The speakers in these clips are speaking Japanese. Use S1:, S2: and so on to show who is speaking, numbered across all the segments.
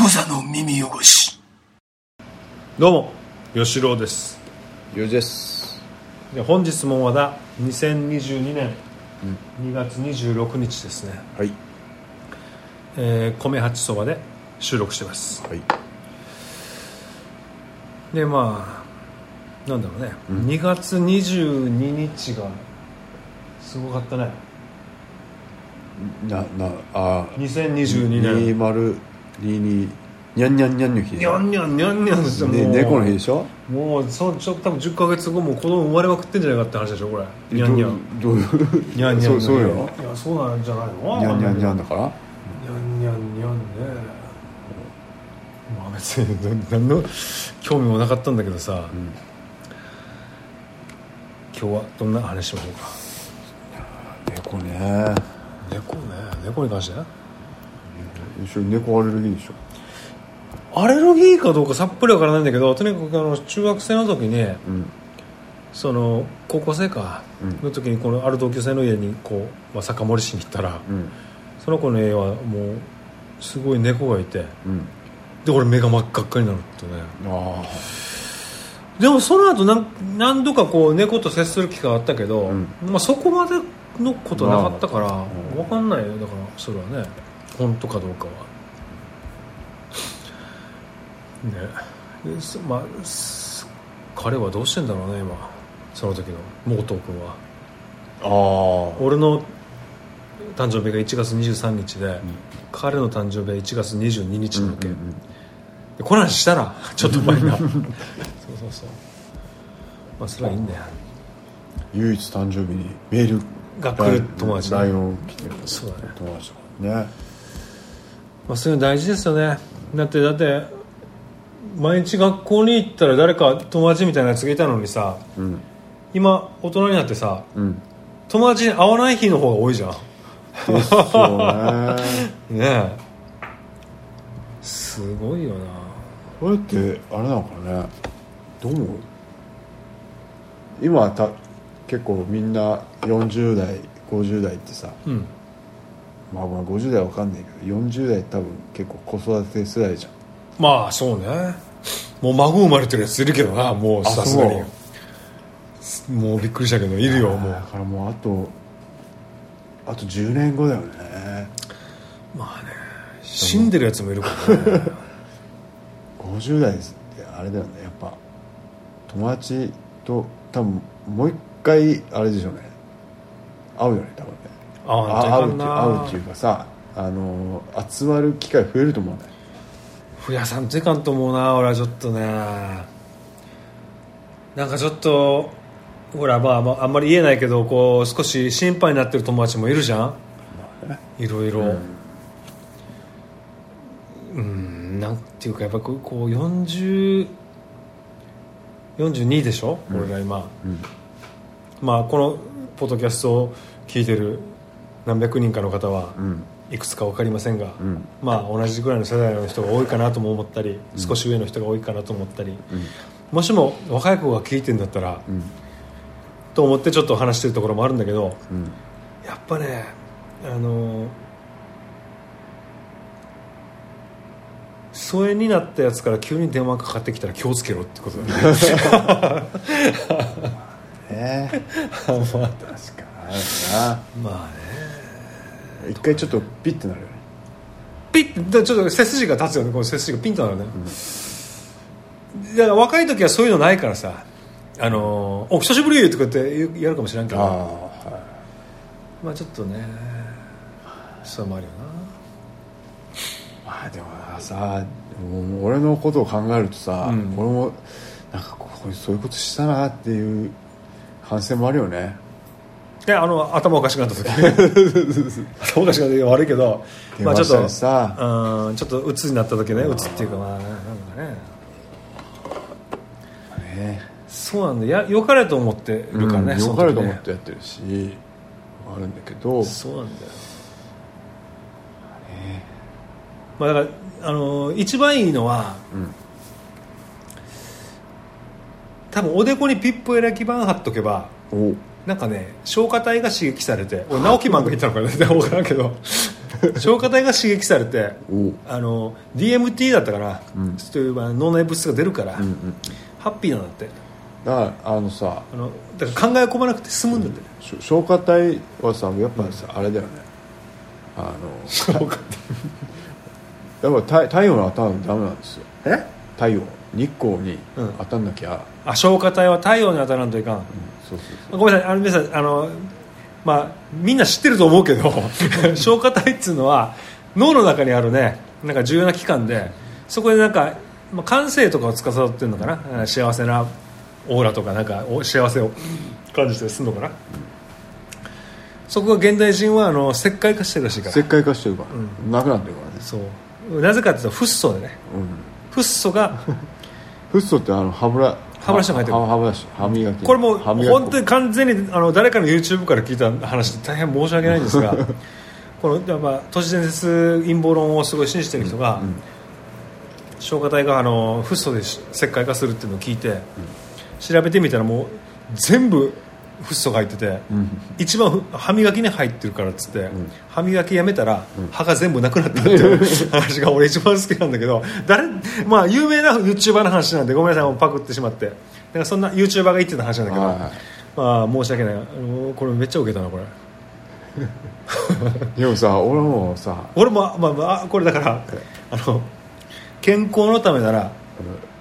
S1: 無座の耳汚し
S2: どうも吉郎です
S3: ゆうじです
S2: で本日もまだ2022年2月26日ですね、
S3: はい
S2: えー米八そばで収録してます
S3: はい
S2: でまあなんだろうね、2月22日がすごかったね
S3: ななあ
S2: 2022
S3: 二
S2: 年
S3: 丸二二にゃんにゃんにゃんの日で
S2: に
S3: し
S2: ゃ
S3: ょ
S2: んにゃんにゃんにゃんしてもう
S3: ね猫の日でしょ
S2: もうそうちょ多分10ヶ月後もう子供生まれまくってんじゃないかって話でしょこれにゃんにゃん
S3: どうどういう
S2: にゃんにゃん
S3: そうそうよ
S2: いやそうなんじゃないの
S3: にゃんにゃんにゃん
S2: に
S3: だから
S2: ゃんにゃんにゃんねまあ別に何の興味もなかったんだけどさ、今日はどんな話しましょうか
S3: 猫ね
S2: 猫ね猫に関してね
S3: 一緒に猫アレルギーでしょ
S2: アレルギーかどうかさっぱりわからないんだけどとにかくあの中学生の時に
S3: うん
S2: その高校生か
S3: うん
S2: の時にこのある同級生の家にこう、まあ、酒盛りしに行ったら、
S3: うん
S2: その子の家はもうすごい猫がいて
S3: うん
S2: で俺目が真っ赤っかになるってね
S3: あ
S2: でもその後なん何度かこう猫と接する機会あったけど、
S3: うん
S2: まあ、そこまでのことなかったから、わ
S3: うん
S2: 分かんないよだからそれはね本当かどうかはねでそまあす彼はどうしてんだろうね今その時のモートー君は
S3: ああ
S2: 俺の誕生日が1月23日で、彼の誕生日は1月22日なわけ、でこの話したら ちょっと前なそうそうそうまあそれはいいんだよ
S3: 唯一誕生日にメール
S2: が来る友達ね
S3: LINE を来てる
S2: そうだね、
S3: 友達とかね
S2: まあ、そういうの大事ですよねだってだって毎日学校に行ったら誰か友達みたいなやつがいたのにさ
S3: うん
S2: 今大人になってさ
S3: うん
S2: 友達に会わない日の方が多いじゃん
S3: ですよ
S2: ね
S3: ね
S2: えすごいよな
S3: これってあれなのかねどう思う今はた結構みんな40代50代ってさ
S2: うん
S3: まあまあ50代は分かんないけど40代多分結構子育て世代じゃん
S2: まあそうねもう孫生まれてるやついるけどなもう
S3: あ
S2: さすがに
S3: そう
S2: もうびっくりしたけどいるよも
S3: だ
S2: う
S3: からもうあとあと10年後だよね
S2: 死んでるやつもいるからね
S3: 50代ってあれだよねやっぱ友達と多分もう一回あれでしょうね会うよね多分ね
S2: あ
S3: あ
S2: あ会
S3: 会うっ
S2: う
S3: て
S2: な
S3: 会うっていうかさあの集まる機会増えると思うね
S2: 増やさんといかんと思うな俺はちょっとねなんかちょっとほらまあ、まあ、あんまり言えないけどこう少し心配になってる友達もいるじゃんいろいろうんなんていうかやっぱこうこう40 42でしょ、俺ら今、
S3: うん
S2: まあこのポッドキャストを聞いてる何百人かの方は、
S3: うん
S2: いくつか分かりませんが、
S3: ん
S2: まあ、同じぐらいの世代の人が多いかなとも思ったり、少し上の人が多いかなと思ったり、もしも若い子が聞いてんだったら、
S3: ん
S2: と思ってちょっと話してるところもあるんだけど
S3: うん
S2: やっぱねあの疎遠になったやつから急に電話かかってきたら気をつけろってこと だね
S3: ねえ
S2: まあ
S3: 確かにあ
S2: まあね
S3: るな一回ちょっとピッてなるよね
S2: ピッてちょっと背筋が立つよねこの背筋がピンとなるね、だから若い時はそういうのないからさ「あのーお久しぶり!」とかって言うやるかもしれんけ
S3: あ
S2: ど
S3: あは
S2: まあちょっとねそうもあるよ
S3: いまあでもなさもう俺のことを考えるとさ、
S2: うん
S3: 俺もなんかこうそういうことしたなっていう反省もあるよね
S2: なであの頭おかしくなった 時頭おかしくなった時は悪いけど
S3: 電話したりさ、
S2: うんちょっと鬱になった時ね鬱っていうかまあなんかね
S3: ね
S2: そうなんだや良かれと思ってるからね、
S3: うん
S2: その時
S3: 良
S2: ね
S3: かれと思ってやってるしあるんだけど
S2: そうなんだよ、まあ、だからあの一番いいのは、
S3: ん
S2: 多分おでこにピッポエラキ板貼っとけば
S3: お
S2: なんかね消化体が刺激されて俺直木マンが言ったのかな分からんけど消化体が刺激されて
S3: おう
S2: あの DMT だったから、
S3: うん
S2: そういうあの脳内物質が出るから、
S3: うんうん
S2: ハッピーなんだって
S3: だからあのさ
S2: あのだから考え込まなくて済むんだって、
S3: しょ消化体はさやっぱさ、あれだよねあ
S2: 消化
S3: のやっぱ太太陽の当たるのダメなんですよ
S2: え
S3: 太陽日光に
S2: うん
S3: 当たんなきゃ、
S2: あ消化体は太陽に当たらんといかん、
S3: そうそう
S2: ごめんなさいあの皆さんあのまあみんな知ってると思うけ ど消化体っていうのは脳の中にあるねなんか重要な器官でそこでなんか、まあ、感性とかを司ってるのかな、うん幸せなオーラとかなんかお幸せを感じたりするのかな、そこが現代人はあの石灰化してるらしいか
S3: 石
S2: ら
S3: 灰化してるから、なくなってるからね
S2: そうなぜかっていうとフッ素でね
S3: うん
S2: フッ素が
S3: フッ素ってあの歯ブラ
S2: 歯ブラシが入ってる
S3: 歯歯ブラシ歯磨き
S2: これもう
S3: 歯磨き粉
S2: 本当に完全にあの誰かの YouTube から聞いた話で大変申し訳ないん ですがこの、まあ、都市伝説陰謀論をすごい信じてる人が、
S3: ん
S2: 消化体があのフッ素でし石灰化するっていうのを聞いて、調べてみたらもう全部フッ素が入ってて、
S3: うん
S2: 一番ふ歯磨きに入ってるからっつって、
S3: ん
S2: 歯磨きやめたら歯が全部なくなったって いう話が俺一番好きなんだけど誰、まあ、有名な YouTuber の話なんでごめんなさいもうパクってしまってだからそんな YouTuber が言ってた話なんだけど、
S3: はいはい
S2: まあ、申し訳ないあのこれめっちゃウケたなこれ
S3: でもさ俺もさ
S2: 俺も、まあまあ、これだからあの健康のためなら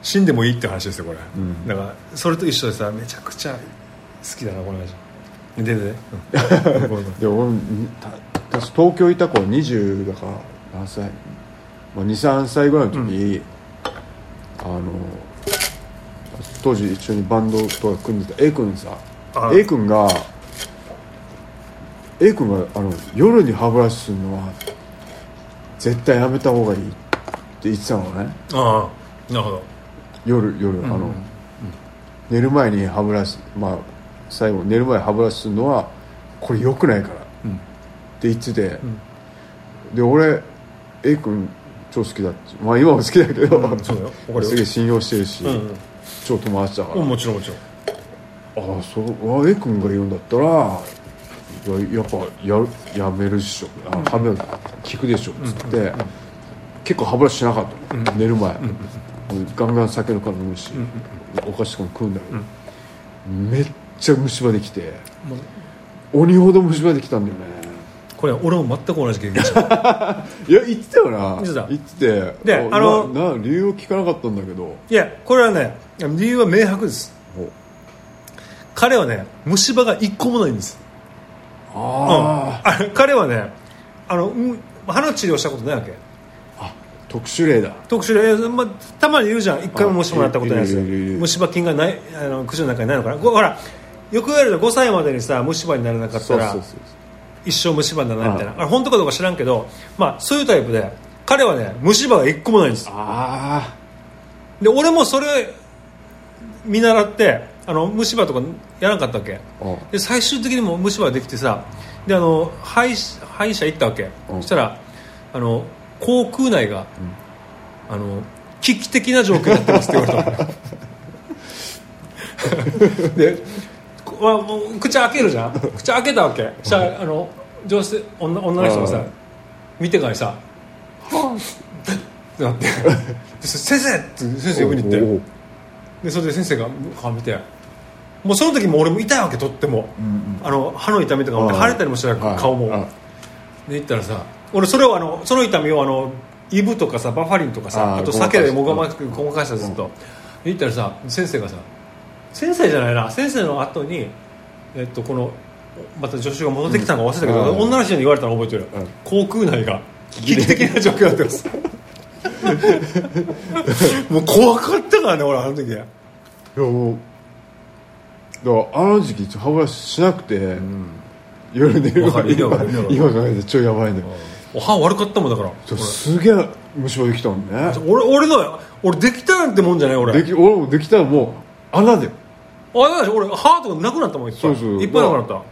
S2: 死んでもいいって話ですよこれ、
S3: ん
S2: だからそれと一緒でさめちゃくちゃ好きだなこの話でで で、うんごめんごめん
S3: で俺にた私東京いた頃20だから何歳、まあ、23歳ぐらいの時に、あの当時一緒にバンドとか組んでた A 君さ
S2: あ
S3: A 君が A 君があの夜に歯ブラシするのは絶対やめた方がいいって言ってたのね
S2: ああなるほど
S3: 夜夜あの、寝る前に歯ブラシまあ最後寝る前に歯ブラシするのはこれ良くないから、
S2: うん
S3: って言ってて、で俺 A 君超好きだってまあ今も好きだけど、
S2: うんそうだよわかるよ
S3: すげえ信用してるし、
S2: うんうん
S3: 超友達だから、
S2: もちろんもちろん
S3: ああそうあ A 君が言うんだったらいややっぱやるやめるっしょあ歯ブラシ効くでしょっつって、結構歯ブラシしなかったの、寝る前、ガンガン酒の缶飲むし、お菓子とかも食うんだけど、めっちゃ虫歯できて
S2: もう
S3: 鬼ほど虫歯できたんだよね
S2: これ俺も全く同じ経験した
S3: いや言ってたよな
S2: 言ってた
S3: 言ってて
S2: で
S3: あ
S2: あの
S3: なな理由を聞かなかったんだけど
S2: いやこれはね理由は明白です彼はね虫歯が一個もないんですうん
S3: ああ、
S2: あれ彼はねあの、うん歯の治療したことないわけ
S3: 特殊例だ
S2: 特殊で、えまあ、たまにいるじゃん一回も虫歯もらったことないです
S3: いるいるいるいる
S2: 虫歯菌がないあの口の中にないのかなこほらよく言われる5歳までにさ虫歯にならなかったら一生虫歯にならないみたいな
S3: う
S2: あれ本当かどうか知らんけど、まあ、そういうタイプで彼はね虫歯が一個もないんです
S3: あ
S2: で俺もそれ見習ってあの虫歯とかやらなかったわけ
S3: ああ
S2: で最終的にもう虫歯ができてさであの歯医歯医者行ったわけ
S3: うん
S2: そしたらあの口腔内が、あの危機的な状況になってますって言われたの でこわもう口開けるじゃん口開けたわけそしたらあの女性女女の人が
S3: う
S2: さ
S3: ん
S2: 見てからさ「はあ」って なってでそ先生!」って先生呼びに行って
S3: おお
S2: でそれで先生が顔見てもうその時も俺も痛いわけとっても、あの歯の痛みとかも
S3: ああ
S2: 腫れたりもしてない
S3: はい
S2: 顔も、
S3: あ
S2: で行ったらさ俺それをあのその痛みをあのイブとかさバファリンとかさ
S3: あ
S2: あ
S3: あ
S2: と酒でも
S3: ご
S2: が
S3: ま
S2: ま
S3: かし
S2: くごまかしたりすると、で行ったらさ先生がさ先生じゃないな先生の後にえっとこのまた助手が戻ってきたのが忘れたけど、
S3: うんああ
S2: 女の人に言われたの覚えてる、
S3: うん
S2: 口腔内が危機的な状況になってます もう怖かったからね俺あの時
S3: いやもうだからあの時期歯ブラシしなくて、夜寝る
S2: わかる
S3: 前今
S2: わかるわかる
S3: 今考えて超やばいんだよ
S2: お歯悪かったもんだから
S3: ちょすげえ虫歯できたもんね
S2: 俺俺の俺できたなんてもんじゃない俺
S3: でき俺もできたらもう穴で
S2: あれだし俺歯とかなくなったもんいっぱ
S3: そ
S2: いう
S3: そう
S2: いっぱいなくなった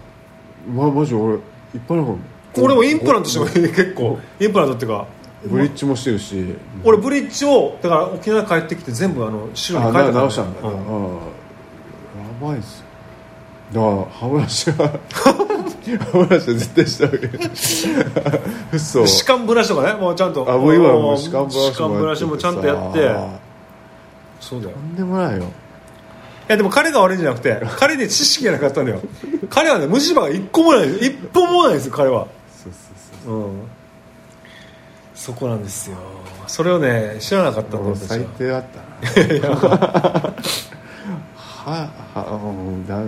S3: まマジ俺いっぱいなんかこう
S2: 俺もインプラントしても結構インプラントっていうか
S3: ブリッジもしてるし
S2: 俺ブリッジをだから沖縄帰ってきて全部あの白に
S3: あ
S2: 変え
S3: な
S2: たから
S3: 直したんだよ、
S2: う
S3: うんんやばいっすよだから歯ブラシが歯ブラシは絶対してあげる 嘘
S2: 歯間ブラシとかねもうちゃんと
S3: あもう今はもう歯間ブラシもやってて
S2: 歯間ブラシもちゃんとやって
S3: さ
S2: そうだよ
S3: とんでもないよ
S2: いやでも彼が悪いんじゃなくて彼に知識がなかったのよ彼はね虫歯が一個もない一本もないんですよ彼は
S3: そうそうそう
S2: うんそこなんですよそれをね知らなかったん
S3: もう
S2: だ私
S3: 最
S2: は
S3: 低だったなははもうだな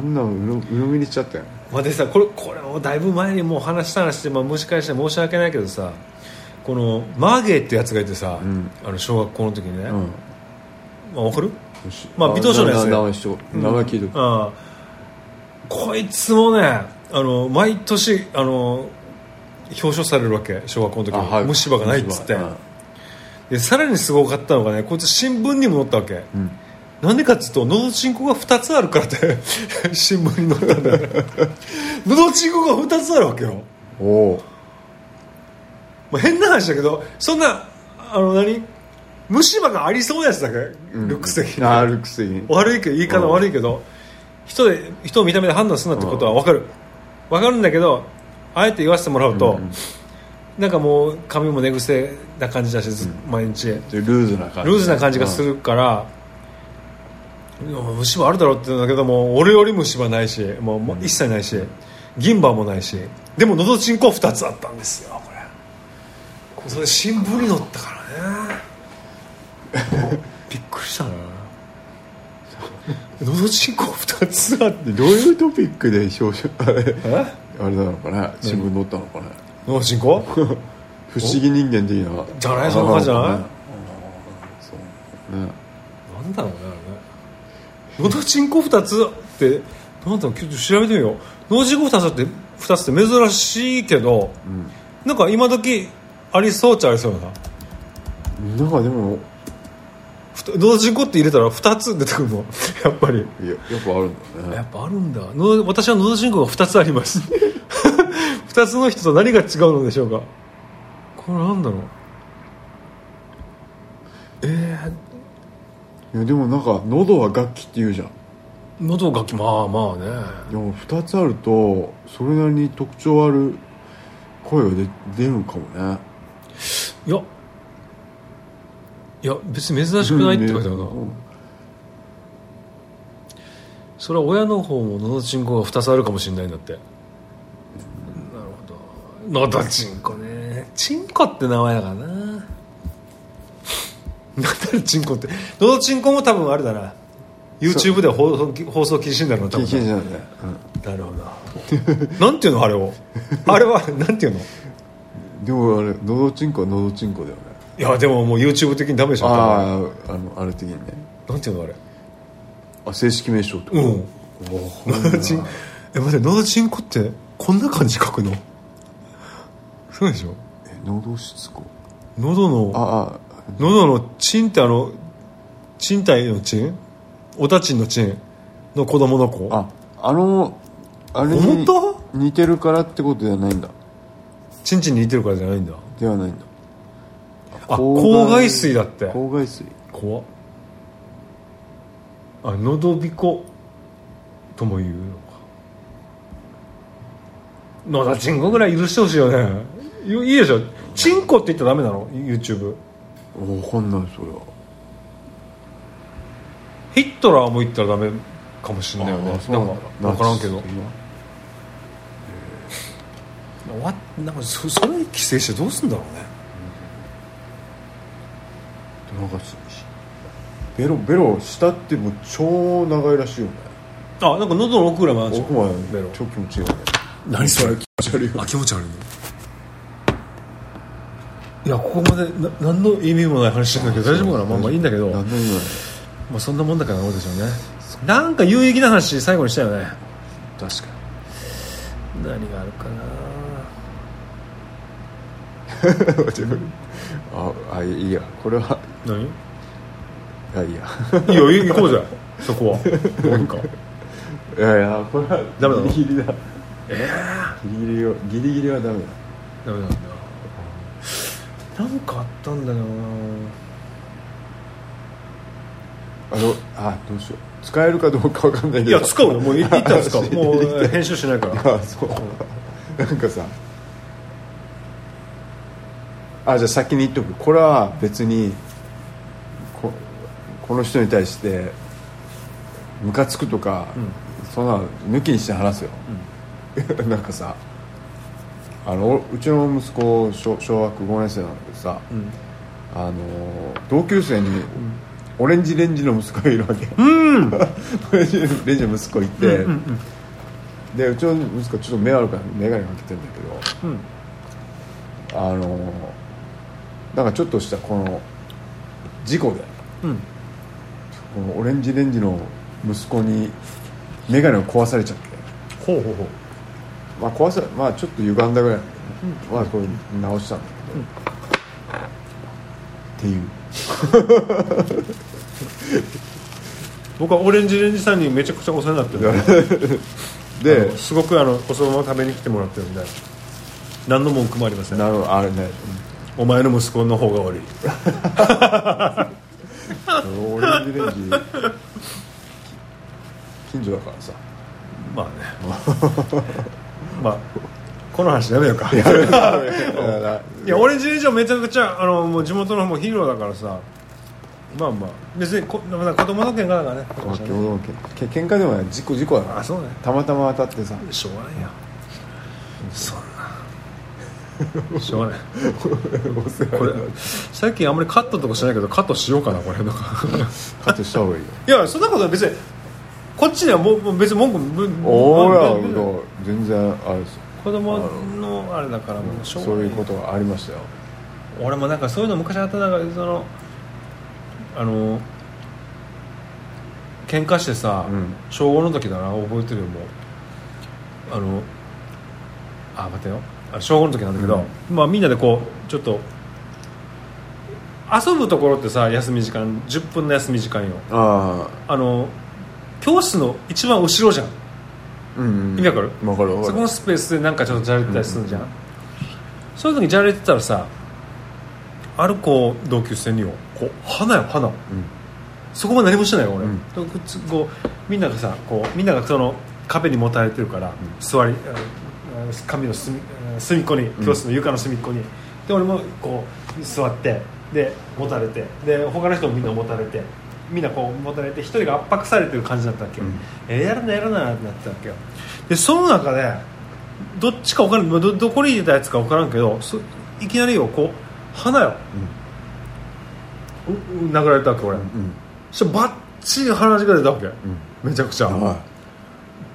S3: んなのうのうのみにしちゃったよ
S2: まあ、でさこれこれもだいぶ前にもう話した話して、まあ、蒸し返して申し訳ないけどさこのマーゲーってやつがいてさ、
S3: うん
S2: あの小学校の時にね、
S3: う
S2: まあ、
S3: ん
S2: わかるまあ微糖症のやつね
S3: 名前しよう名前聞いてる
S2: ああこいつもねあの毎年あの表彰されるわけ小学校の時に、虫歯がないっつって、
S3: 虫歯
S2: でさらにすごかったのがねこいつ新聞にも載ったわけ
S3: うんうん
S2: なんでかっつうと喉チンコが2つあるからって 新聞に載ったんだよ ね喉チンコが2つあるわけよ
S3: おお
S2: まあ、変な話だけどそんなあの何虫歯がありそうなやつだけ、ルックス的に
S3: あールックス的に
S2: 悪いけど言い方悪いけど人で人を見た目で判断するなってことは分かる分かるんだけどあえて言わせてもらうと、
S3: うん
S2: なんかもう髪も寝癖な感じだし、ず毎日ル
S3: ルーズな感じ
S2: ーズな感じがするから、いや虫歯あるだろうって言うんだけども俺より虫歯ないしもうもう一切ないし、銀歯もないしでも喉チンコ2つあったんですよこれこれそれ新聞に載ったからね びっくりしたな喉チンコ2つあって
S3: うんどういうトピックで表彰あれ
S2: え
S3: あれなのかな新聞載ったのかな
S2: 喉チンコ
S3: 不思議人間的な
S2: じゃないそんな感じじゃない
S3: あーそうね
S2: なんだろうねあれね喉チンコ2つってなんだろうちょっと調べてみよう喉チンコ2つって2つって珍しいけど
S3: う
S2: なんか今時ありそうっちゃありそうよなん
S3: なんかでも
S2: ふた喉チンコって入れたら2つ出てくるの やっぱり
S3: いややっぱあるんだ
S2: や
S3: ね
S2: っぱあるんだの私は喉チンコが2つあります 2つの人と何が違うのでしょうかこれなんだろうえー、
S3: いやでもなんか喉は楽器って言うじゃん
S2: 喉がきまあまあね
S3: でも2つあるとそれなりに特徴ある声が出出るかもね
S2: いやいや別に珍しくないって書いてあるな、
S3: うん
S2: それは親の方も喉チンコが2つあるかもしれないんだってなるほど喉チンコねチンコって名前だからななんだろうチンコって喉チンコも多分あれだな YouTube では放送放送禁止になるの多
S3: 経験
S2: 分
S3: じゃないね、
S2: なるほどなんていうのあれをあれはなんていうの
S3: うん、でもあれのどちんこはのどちんこだよね
S2: いやでももう YouTube 的にダメでしょ多
S3: あああのあれ的にね
S2: 分なんていうのあれ
S3: あ正式名称ってこと
S2: うん
S3: おー
S2: 喉チンえ待って喉チンコってこんな感じ書くのそうでしょ
S3: えのどしつこ
S2: 喉の
S3: ああ
S2: 喉のチンってあの賃貸のチンおたちんのチンの子供の子
S3: ああのあれ
S2: 本
S3: に
S2: 当
S3: 似てるからってことではないんだ
S2: チンチンに似てるからじゃないんだ
S3: ではないんだ
S2: あ口外水だって
S3: 口外水
S2: 怖っあ喉びことも言うのか喉チンコぐらい許してほしいよねいいいでしょチンコって言っちゃダメなの YouTube
S3: 分かんないそれは
S2: ヒットラーも言ったらダメかもしれないよね
S3: あ
S2: なん
S3: ー
S2: か
S3: そう
S2: 分からんけど
S3: ナチス
S2: わなんかそそれ規制してどうすんだろうね
S3: なんかすベロベロ下ってもう超長いらしいよね
S2: あなんか喉の奥ぐらいまである
S3: 奥
S2: でしょ
S3: ま
S2: ベ
S3: で
S2: ロ
S3: 超気持ちいいよね
S2: 何それ
S3: 気持ち悪いよ
S2: あ気持ち悪いねいやここまでな何の意味もない話なんだけど大丈夫かなまあまあいいんだけど、ま
S3: 何の意味もない
S2: あ、そんなもんだからなことでしょうねなんか有意義な話最後にしたよね
S3: 確か
S2: 何があるかな
S3: にああいいやこれは
S2: 何い
S3: あいいや
S2: いよいい行こうじゃん そこはなんか
S3: いやいやこれは
S2: ダメなの
S3: ギリギリだギリギリはギリギリはダメ
S2: ダ
S3: だ
S2: メなんだなんかあったんだよな
S3: あのあどうしよう使えるかどうかわかんない
S2: い
S3: けど
S2: や使うのもうい一旦使うも
S3: いいう
S2: 編集しない から
S3: あそうなんかさあじゃあ先に言っとくこれは別にここの人に対してムカつくとか、そんなの抜きにして話すよ、 なんかさあのおうちの息子小小学5年生なんだけどさ、
S2: うん
S3: あの同級生にオレンジレンジの息子がいるわけ、
S2: うん
S3: オレンジレンジの息子いて、
S2: うんうん
S3: でうちの息子ちょっと目悪いから眼鏡かけてんだけ
S2: うん
S3: どあのなんかちょっとしたこの事故で
S2: うん
S3: このオレンジレンジの息子に眼鏡を壊されちゃって、
S2: ほうほうほう
S3: まあ、壊さまあちょっと歪んだぐらい、まあこれ直したんだけど、っていう
S2: 僕はオレンジレンジさんにめちゃくちゃお世話になってるんで
S3: で
S2: あのすごくあのおそばを食べに来てもらってるんで何の文句もありません
S3: なるほどあれね
S2: お前の息子の方が悪い
S3: オレンジレンジ近所だからさ
S2: まあねまあこの話やめようかいやオレンジレンジはめちゃくちゃあのもう地元のもうヒーローだからさまあまあ別にこまだ子供の件がだからね
S3: まあ共同け喧嘩でもない事故事故だから
S2: あそうね
S3: たまたま当たっ てさ
S2: しょうがないよそんなしょうがないこれ最近あんまりカットとかしないけどカットしようかなこれなんか
S3: カットした方が いいよ
S2: いやそんなことは別にこっちではもうもう別に文句ぶぶ
S3: 俺ら
S2: ぶ
S3: は全然あれですよ
S2: 子供のあれだからもうしょうが
S3: そう
S2: ない
S3: いうことがありましたよ
S2: 俺もなんかそういうの昔あったなんかそのあの喧嘩してさ、
S3: うん
S2: 小5の時だな覚えてるよもうあのあ待てよあ小5の時なんだけど、まあ、みんなでこうちょっと遊ぶところってさ休み時間10分の休み時間よ
S3: あ
S2: あの教室の一番後ろじゃん
S3: あうん
S2: 意味わかる
S3: わかるわ
S2: そこ
S3: か
S2: の
S3: る
S2: スペースでなんかちょっとじゃれてたりするじゃん、そういう時にじゃれてたらさある子同級生によこう花よ花そこまで何もしてないよ俺、
S3: うん
S2: とこうつこうみんながさこうみんながその壁にもたれてるから、座りあの紙の隅あ隅っこに教室の床の隅っこに、で俺もこう座ってでもたれてで他の人もみんなもたれてみんなこうもたれて一人が圧迫されてる感じだったわけ、
S3: うん
S2: えーやるなやるなってなってたわけよでその中でどっちか分からんどどこに入れたやつか分からんけどそいきなりよこう花よ、うう殴られたわけ俺、
S3: うん
S2: そしたらバッチリ鼻血が出たわけ、めちゃくちゃ
S3: うんは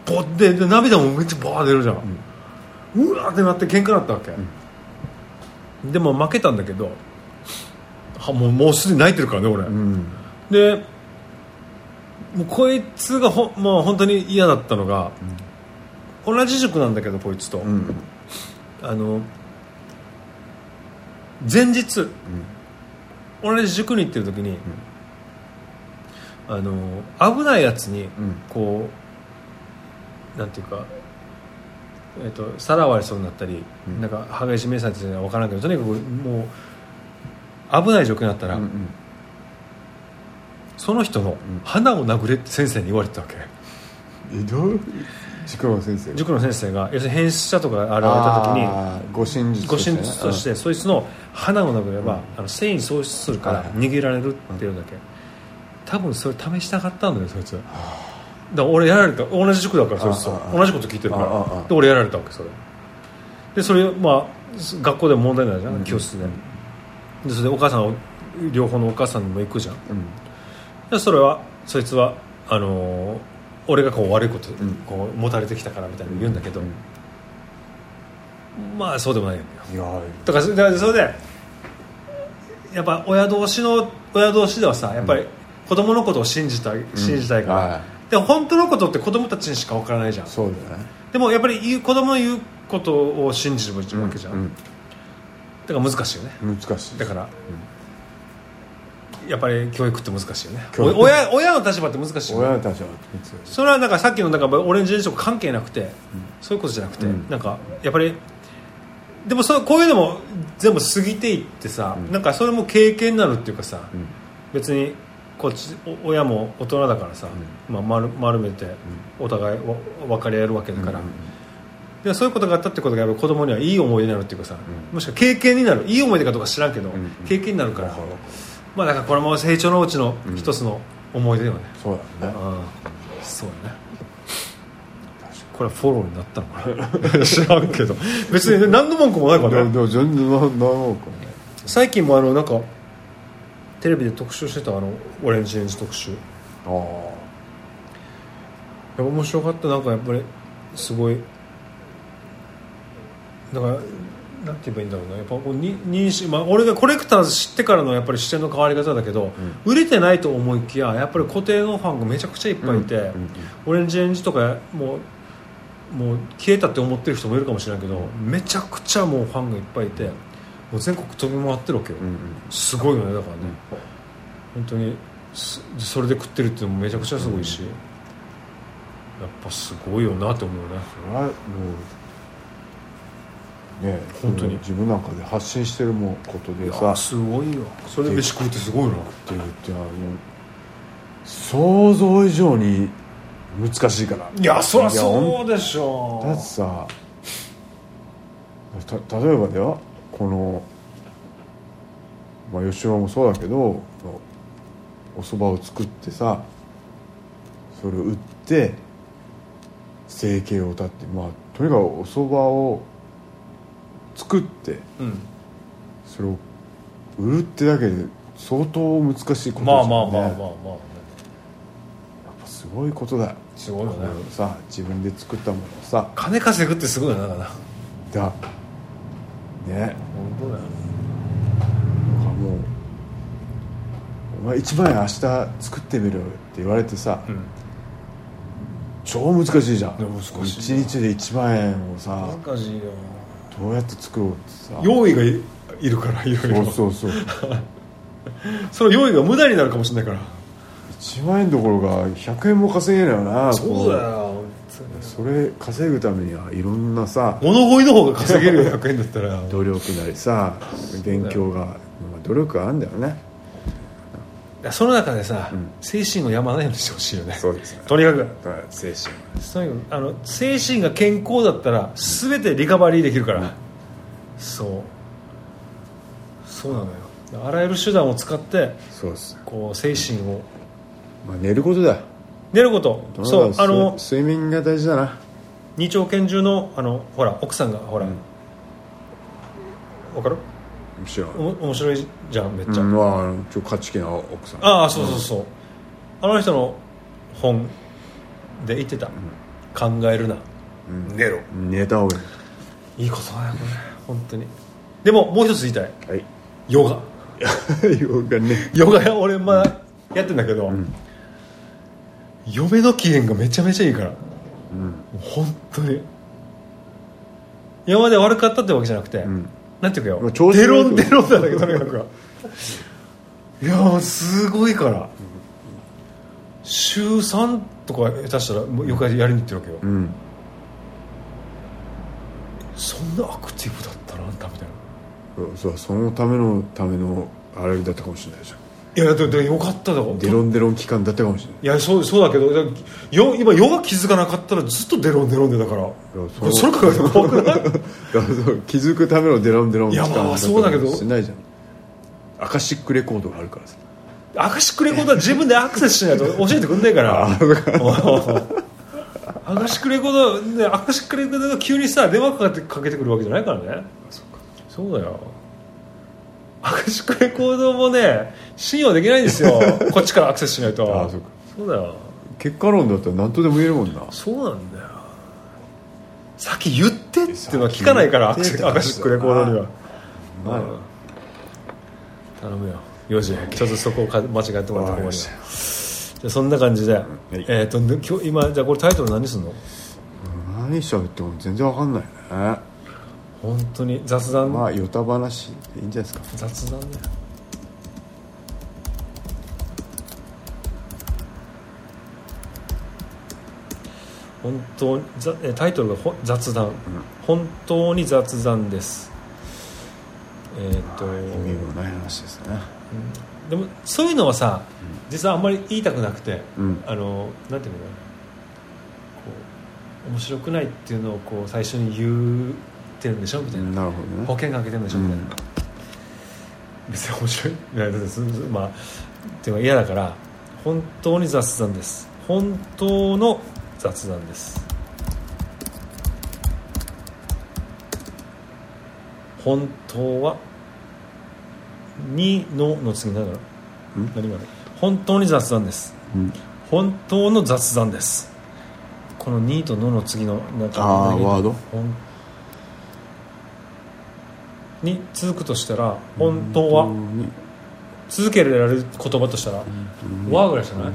S2: ボッでで涙もめっちゃバー出るじゃん、うわーってなって喧嘩だったわけ、でも負けたんだけどはもうもうすでに泣いてるからね俺、
S3: いうん
S2: でもうこいつがほもう本当に嫌だったのが、同じ塾なんだけどこいつと、
S3: うん
S2: あの前日、同じ塾に行ってる時に、あの危ないやつに
S3: うん
S2: こうなんていうか、えっとさらわれそうになったり、
S3: うん
S2: なんか激しい目されてたのは分からんけどとにかくもう危ない状況になったら、
S3: うんうん
S2: その人の
S3: ん
S2: 鼻を殴れって先生に言われてたわけ。
S3: えどう塾の先生
S2: 塾の先生が要するに変質者とかが現れた時に
S3: あー護身術
S2: ご神術としてそいつの花を殴れば、あの繊維喪失するから
S3: はい
S2: 逃げられるっていうだけ、多分それ試したかったんだよそいつだから俺やられた同じ塾だからそいつ
S3: あ
S2: と
S3: ああ
S2: 同じこと聞いてるか
S3: あああ
S2: らで俺やられたわけそれでそれまあす学校でも問題になるじゃん、教室ででそれでお母さんを両方のお母さんにも行くじゃん
S3: うん
S2: でそれはそいつはあのー俺がこう悪いこと、
S3: ん
S2: こう持たれてきたからみたいに言うんだけど、まあそうでもないよ
S3: いやー
S2: とかそだからそれでやっぱ親同士の親同士ではさやっぱり子供のことを信じたい、信じたいから、
S3: はい
S2: で本当のことって子供たちにしか分からないじゃん
S3: そうだね
S2: でもやっぱり言う子供の言うことを信じるわけじゃん、
S3: うん
S2: だから難しいよね
S3: 難しい
S2: だから、やっぱり教育って難しいよね
S3: 教育
S2: お親親の立場って難しいよね
S3: 親たちは別に
S2: それはなんかさっきのなんかオレンジレンジとか関係なくて、そういうことじゃなくて、
S3: うん
S2: なんかやっぱりでもそうこういうのも全部過ぎていってさ、なんかそれも経験になるっていうかさ、別にこっちお親も大人だからさ、まあ、丸丸めてお互いわ分かり合えるわけだから、でそういうことがあったってことがやっぱ子供にはいい思い出になるっていうかさ、
S3: うん
S2: もしくは経験になるいい思い出かどうか知らんけど、
S3: ん
S2: 経験になるから、
S3: わかるわかる
S2: まあだからこれも成長のうちの一つの思い出よね、
S3: そうだね
S2: ああそうねこれはフォローになったのかな 知らんけど別に何の文句もない
S3: で
S2: から
S3: も
S2: ね
S3: でも全然ななんもか
S2: 最近もあのなんかテレビで特集してたあのオレンジレンジ特集い
S3: ああ
S2: や面白かったなんかやっぱりすごいだからなんて言えばいいんだろうなやっぱこうに認識、まあ、俺がコレクターズ知ってからのやっぱり視点の変わり方だけど、売れてないと思いきややっぱり固定のファンがめちゃくちゃいっぱいいて、
S3: うんうん
S2: オレンジレンジとかもうもう消えたって思ってる人もいるかもしれないけどめちゃくちゃもうファンがいっぱいいてもう全国飛び回ってるわけよ、
S3: うん
S2: すごいよねだからね、本当にすそれで食ってるっていうのもめちゃくちゃすごいし、やっぱすごいよなって思うね
S3: それはもうね
S2: 本当に
S3: 自分なんかで発信してるもんことで
S2: い
S3: さ
S2: やすごいよそれで飯食うってすごいな
S3: っていうっていうのはもう想像以上に難しいから
S2: いやそりゃ
S3: いや
S2: そうでしょ
S3: だってさた例えばだよこの、まあ、吉野もそうだけどおそばを作ってさそれを売って生計を立ってまあとにかくおそばを作って
S2: うん
S3: それを売るってだけで相当難しいことですよね
S2: まあまあまあまあまあ、ね、
S3: やっぱすごいことだよ
S2: すごいよ
S3: これ
S2: ね
S3: をさ自分で作ったものをさ
S2: 金稼ぐってすごいよなだから本
S3: だね
S2: 当だよ
S3: なんかもう「お前一番や明日作ってみろよ」って言われてさ、
S2: うん
S3: 超難しいじゃん
S2: いや難しいな
S3: 1日で1万円をさ
S2: 難しいよ
S3: どうやって作ろうってさ
S2: 用意がいいるからいろい
S3: そう
S2: ろ
S3: そうそう
S2: その用意が無駄になるかもしれないから
S3: 1万円どころか100円も稼げないよなこ
S2: よ
S3: うそれ稼ぐためにはいろんなさ
S2: 物乞いの方が稼げるよ100円だったら
S3: 努力なりさ勉強が、まあ、努力があるんだよね
S2: いやその中でさ、
S3: ん
S2: 精神を病まないようにしてほしいよね
S3: そうですね
S2: とにかく
S3: 精神
S2: そういうあの精神が健康だったら全てリカバリーできるから、そうそうなのよあらゆる手段を使って
S3: そうです、
S2: こう精神を
S3: まあ、寝ることだ
S2: 寝ること
S3: とに
S2: そ
S3: か
S2: う
S3: く
S2: あの
S3: 睡睡眠が大事だな
S2: 二丁拳銃のあのほら奥さんがほら、
S3: うん
S2: わかる
S3: むしろ
S2: おも面白いじゃんめっちゃ、
S3: うん、まああの今日勝ち気な奥さん
S2: ああそうそうそう、あの人の本で言ってた、考えるな、寝ろ
S3: 寝た方がい
S2: いいことだよこれ本当にでももう一つ言いたい
S3: い はい
S2: ヨガ
S3: よがね
S2: ヨガや俺まだやってんだけど、嫁の機嫌がめちゃめちゃいいからも
S3: うん
S2: う本当に今まで悪かったってわけじゃなくて、
S3: ん
S2: なんていうかよ
S3: まあ調子が
S2: デ
S3: いい
S2: ロンデロンなんだけどとにかくはいやーすごいから週3とか下手したらもうよくやりに行ってるわけよ、
S3: うん
S2: そんなアクティブだったなあんたみたいな
S3: そうそのためのためのあれだったかもしれないじゃん
S2: いやでもでもよかっただろ
S3: デロンデロン期間だったかもしれない
S2: いやそうそうだけどだよ今ヨガ気づかなかったらずっとデロンデロンでだから
S3: そう
S2: それ考えたら怖くない
S3: だ からそう気づくためのデロンデロン期間
S2: いやまあそうだけど
S3: しれないじゃんアカシックレコードがあるからさ
S2: アカシックレコードは自分でアクセスしないと教えてくんないから アカシックレコードねアカシックレコードが急にさ電話かかってかけてくるわけじゃないからねそうだよアカシックレコードもね信用できないんです よこっちからアクセスしないと
S3: ああそうか
S2: そうだよ
S3: 結果論だったら何とでも言えるもんな
S2: そうなんだよ先言ってっていうのは聞かないからアカ
S3: 先言って
S2: シ
S3: って
S2: ッ
S3: 話だ
S2: クレコードには
S3: まあ
S2: うん頼むよ4時ちょっとそこをか間違えてもらって
S3: わかり
S2: 困
S3: ま
S2: るよ
S3: した
S2: じゃあそんな感じで、
S3: い
S2: えっ、とで今日今じゃあこれタイトル何すんの
S3: 何喋っても全然わかんないね
S2: 本当に雑談、
S3: まあヨタ話でいいんじゃないですか
S2: 雑談だよ本当にざえタイトルがほ雑談、本当に雑談ですえーっと、
S3: 意味のない話ですね
S2: でもそういうのはさ、実はあんまり言いたくなくて、
S3: うん
S2: あのなんていうのかなこう面白くないっていうのをこう最初に言ってるんでしょみたいな、
S3: なるほ
S2: 保
S3: どね
S2: 険かけてるんでしょみたいな、別に面白いいやだってすすまあっていうのが嫌だから本当に雑談です本当の雑談です本当は「に」のの次なんだろ
S3: ん
S2: 何がある本当に雑談です
S3: うん
S2: 本当の雑談ですこの「に」と「の」の次のなんか
S3: あー
S2: 何
S3: ワード
S2: ほんに続くとしたら「本当は
S3: 本」当に
S2: 続けられる言葉としたら「わ」ぐらいじゃない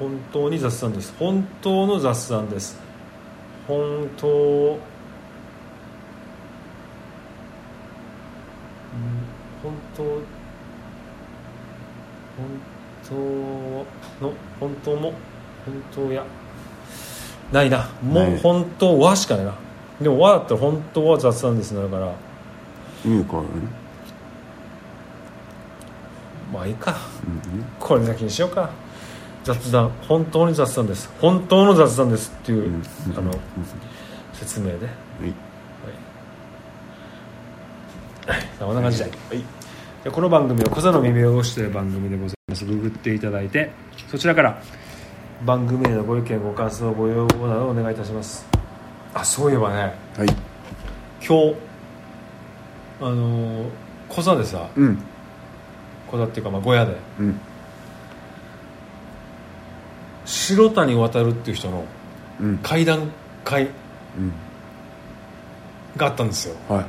S2: 本当に雑談です本当の雑談です本当うん本当本当の本当も本当やないなも
S3: な
S2: う
S3: い
S2: 本当はしかないなでも「は」だったら「本当は雑談です」になるから
S3: 意味変わるね
S2: まあいいか
S3: うんね
S2: これだけにしようか雑談本当に雑談です本当の雑談ですっていう、
S3: うん
S2: あの説明で、はい
S3: はい
S2: さあこんな感じで,、でこの番組は「小座の耳を汚し」という番組でございますググっていただいてそちらから番組へのご意見ご感想ご要望などお願いいたしますあそういえばね
S3: はい
S2: 今日あのー小座でさ
S3: うん
S2: 小座っていうかまあ小屋で
S3: うん
S2: 白谷渡るっていう人の
S3: うん
S2: 会談会
S3: うん
S2: があったんですよ
S3: はい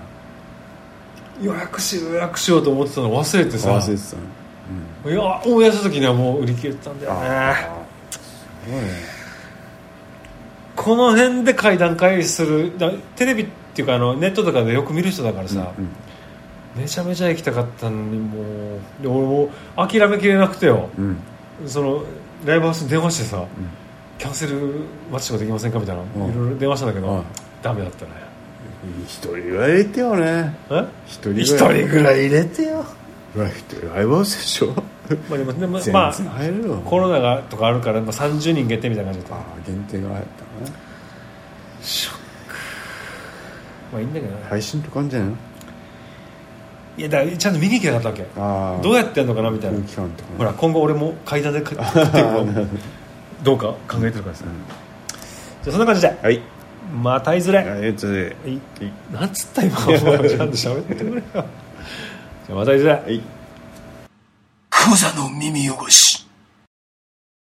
S2: 予約しよう予約しようと思ってたの忘れてさ
S3: 合わせてたね
S2: いや思い出した時にはもう売り切れてたんだよね
S3: うんすごいね
S2: この辺で会談会するだテレビっていうかあのネットとかでよく見る人だからさ、
S3: うん
S2: めちゃめちゃ行きたかったのにもうで俺もう諦めきれなくてよ
S3: うん
S2: そのライブハウスに電話してさ、
S3: ん
S2: キャンセル待ちとかできませんかみたいな、
S3: ん
S2: いろいろ電話したんだけど、
S3: はい
S2: ダメだったね
S3: 一人は入れてよね
S2: え
S3: 一人
S2: 一人ぐらい入れてよ、
S3: ぐらい一人相棒でしょ
S2: まあ、でもでも
S3: 全
S2: ま
S3: 然
S2: あ
S3: 入るよ
S2: コロナがとかあるから、まあ、30人限定みたいな感じだっ
S3: ああ限定が入ったね
S2: たショックまあいいんだけどね、
S3: 配信とかあんじゃないの
S2: い、やだからちゃんと見に行けなかったわけ
S3: ああ
S2: どうやってやるのかなみたいな
S3: 空気感とかね
S2: ほら今後俺も階段で買っていくわどうか考えてるからですね、じゃあそんな感じで
S3: はい
S2: またいずれ、は
S3: えっとで
S2: い、
S3: はい
S2: なんつった今ちゃんと喋って くれよじゃあまたいずれ
S3: はい
S1: クザの耳汚し。